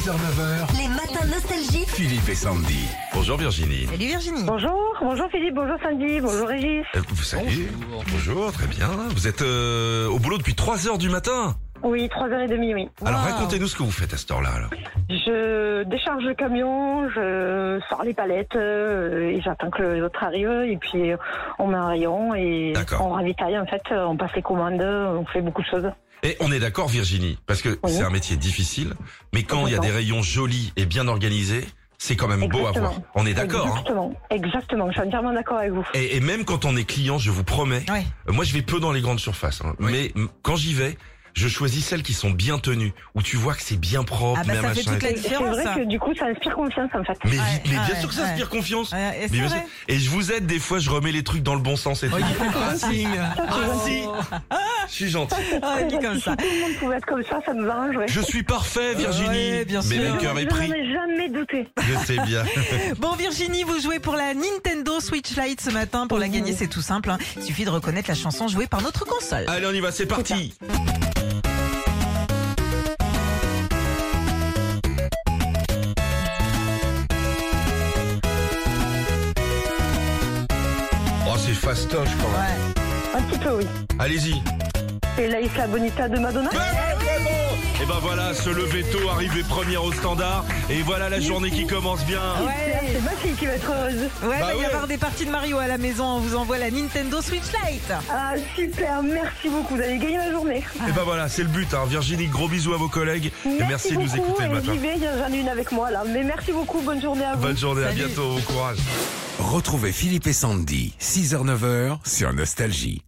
6h-9h, Les matins nostalgiques. Philippe et Sandy. Bonjour Virginie. Salut Virginie. Bonjour, bonjour Philippe, bonjour Sandy, bonjour Régis. Euh, Vous savez Bonjour. très bien. Vous êtes euh, au boulot depuis 3 heures du matin. Oui, 3h30, oui. Alors Wow. racontez-nous ce que vous faites à cette heure-là. alors. Je décharge le camion, je sors les palettes euh, et j'attends que l'autre arrive et puis euh, on met un rayon et D'accord. on ravitaille en fait, euh, on passe les commandes, euh, on fait beaucoup de choses. Et on est d'accord Virginie, parce que Oui. c'est un métier difficile, mais quand il y a des Complètement. rayons jolis et bien organisés, c'est quand même beau à Exactement. voir. On est d'accord. hein. Exactement, exactement, je suis entièrement d'accord avec vous. et, et même quand on est client, je vous promets, Ouais. euh, moi je vais peu dans les grandes surfaces, hein, mais m- quand j'y vais, je choisis celles qui sont bien tenues, où tu vois que c'est bien propre, Ah bah même ça fait machin. toute la Et C'est différence. vrai ça. que du coup ça inspire confiance en fait. Mais, vi- Ouais, mais bien ouais, sûr que ça inspire confiance. Ouais, et Mais c'est bien sûr. vrai. Oh, Et je vous aide des fois, je remets les trucs dans le bon sens et tout. Ah si Je suis gentil. Ah, il est comme ça. Si tout le monde pouvait être comme ça, ça nous arrangerait. Je suis parfait, Virginie. Ouais, bien Mais sûr. mon Je cœur est n'en pris. ai jamais douté. Je sais bien. Bon Virginie, vous jouez pour la Nintendo Switch Lite ce matin. Pour la gagner, c'est tout simple. hein. Il suffit de reconnaître la chanson jouée par notre console. Allez, on y va, c'est parti. Oh, c'est fastoche quand même. Ouais. Un petit peu oui. Allez-y. Et la Isla Bonita de Madonna Et ben voilà, se lever tôt, arriver première au standard. Et voilà la journée qui commence bien. Ouais. C'est ma fille qui va être heureuse. Ouais, Bah va y ouais. avoir des parties de Mario à la maison. On vous envoie la Nintendo Switch Lite. Ah super, merci beaucoup, vous avez gagné ma journée. Et ben voilà, c'est le but. Hein. Virginie, gros bisous à vos collègues. et merci de nous beaucoup, écouter le et matin. j'y vais, j'en ai une avec moi là. Mais merci beaucoup, bonne journée à vous. Bonne journée, à Salut. bientôt, bon courage. Retrouvez Philippe et Sandy, 6h-9h, sur Nostalgie.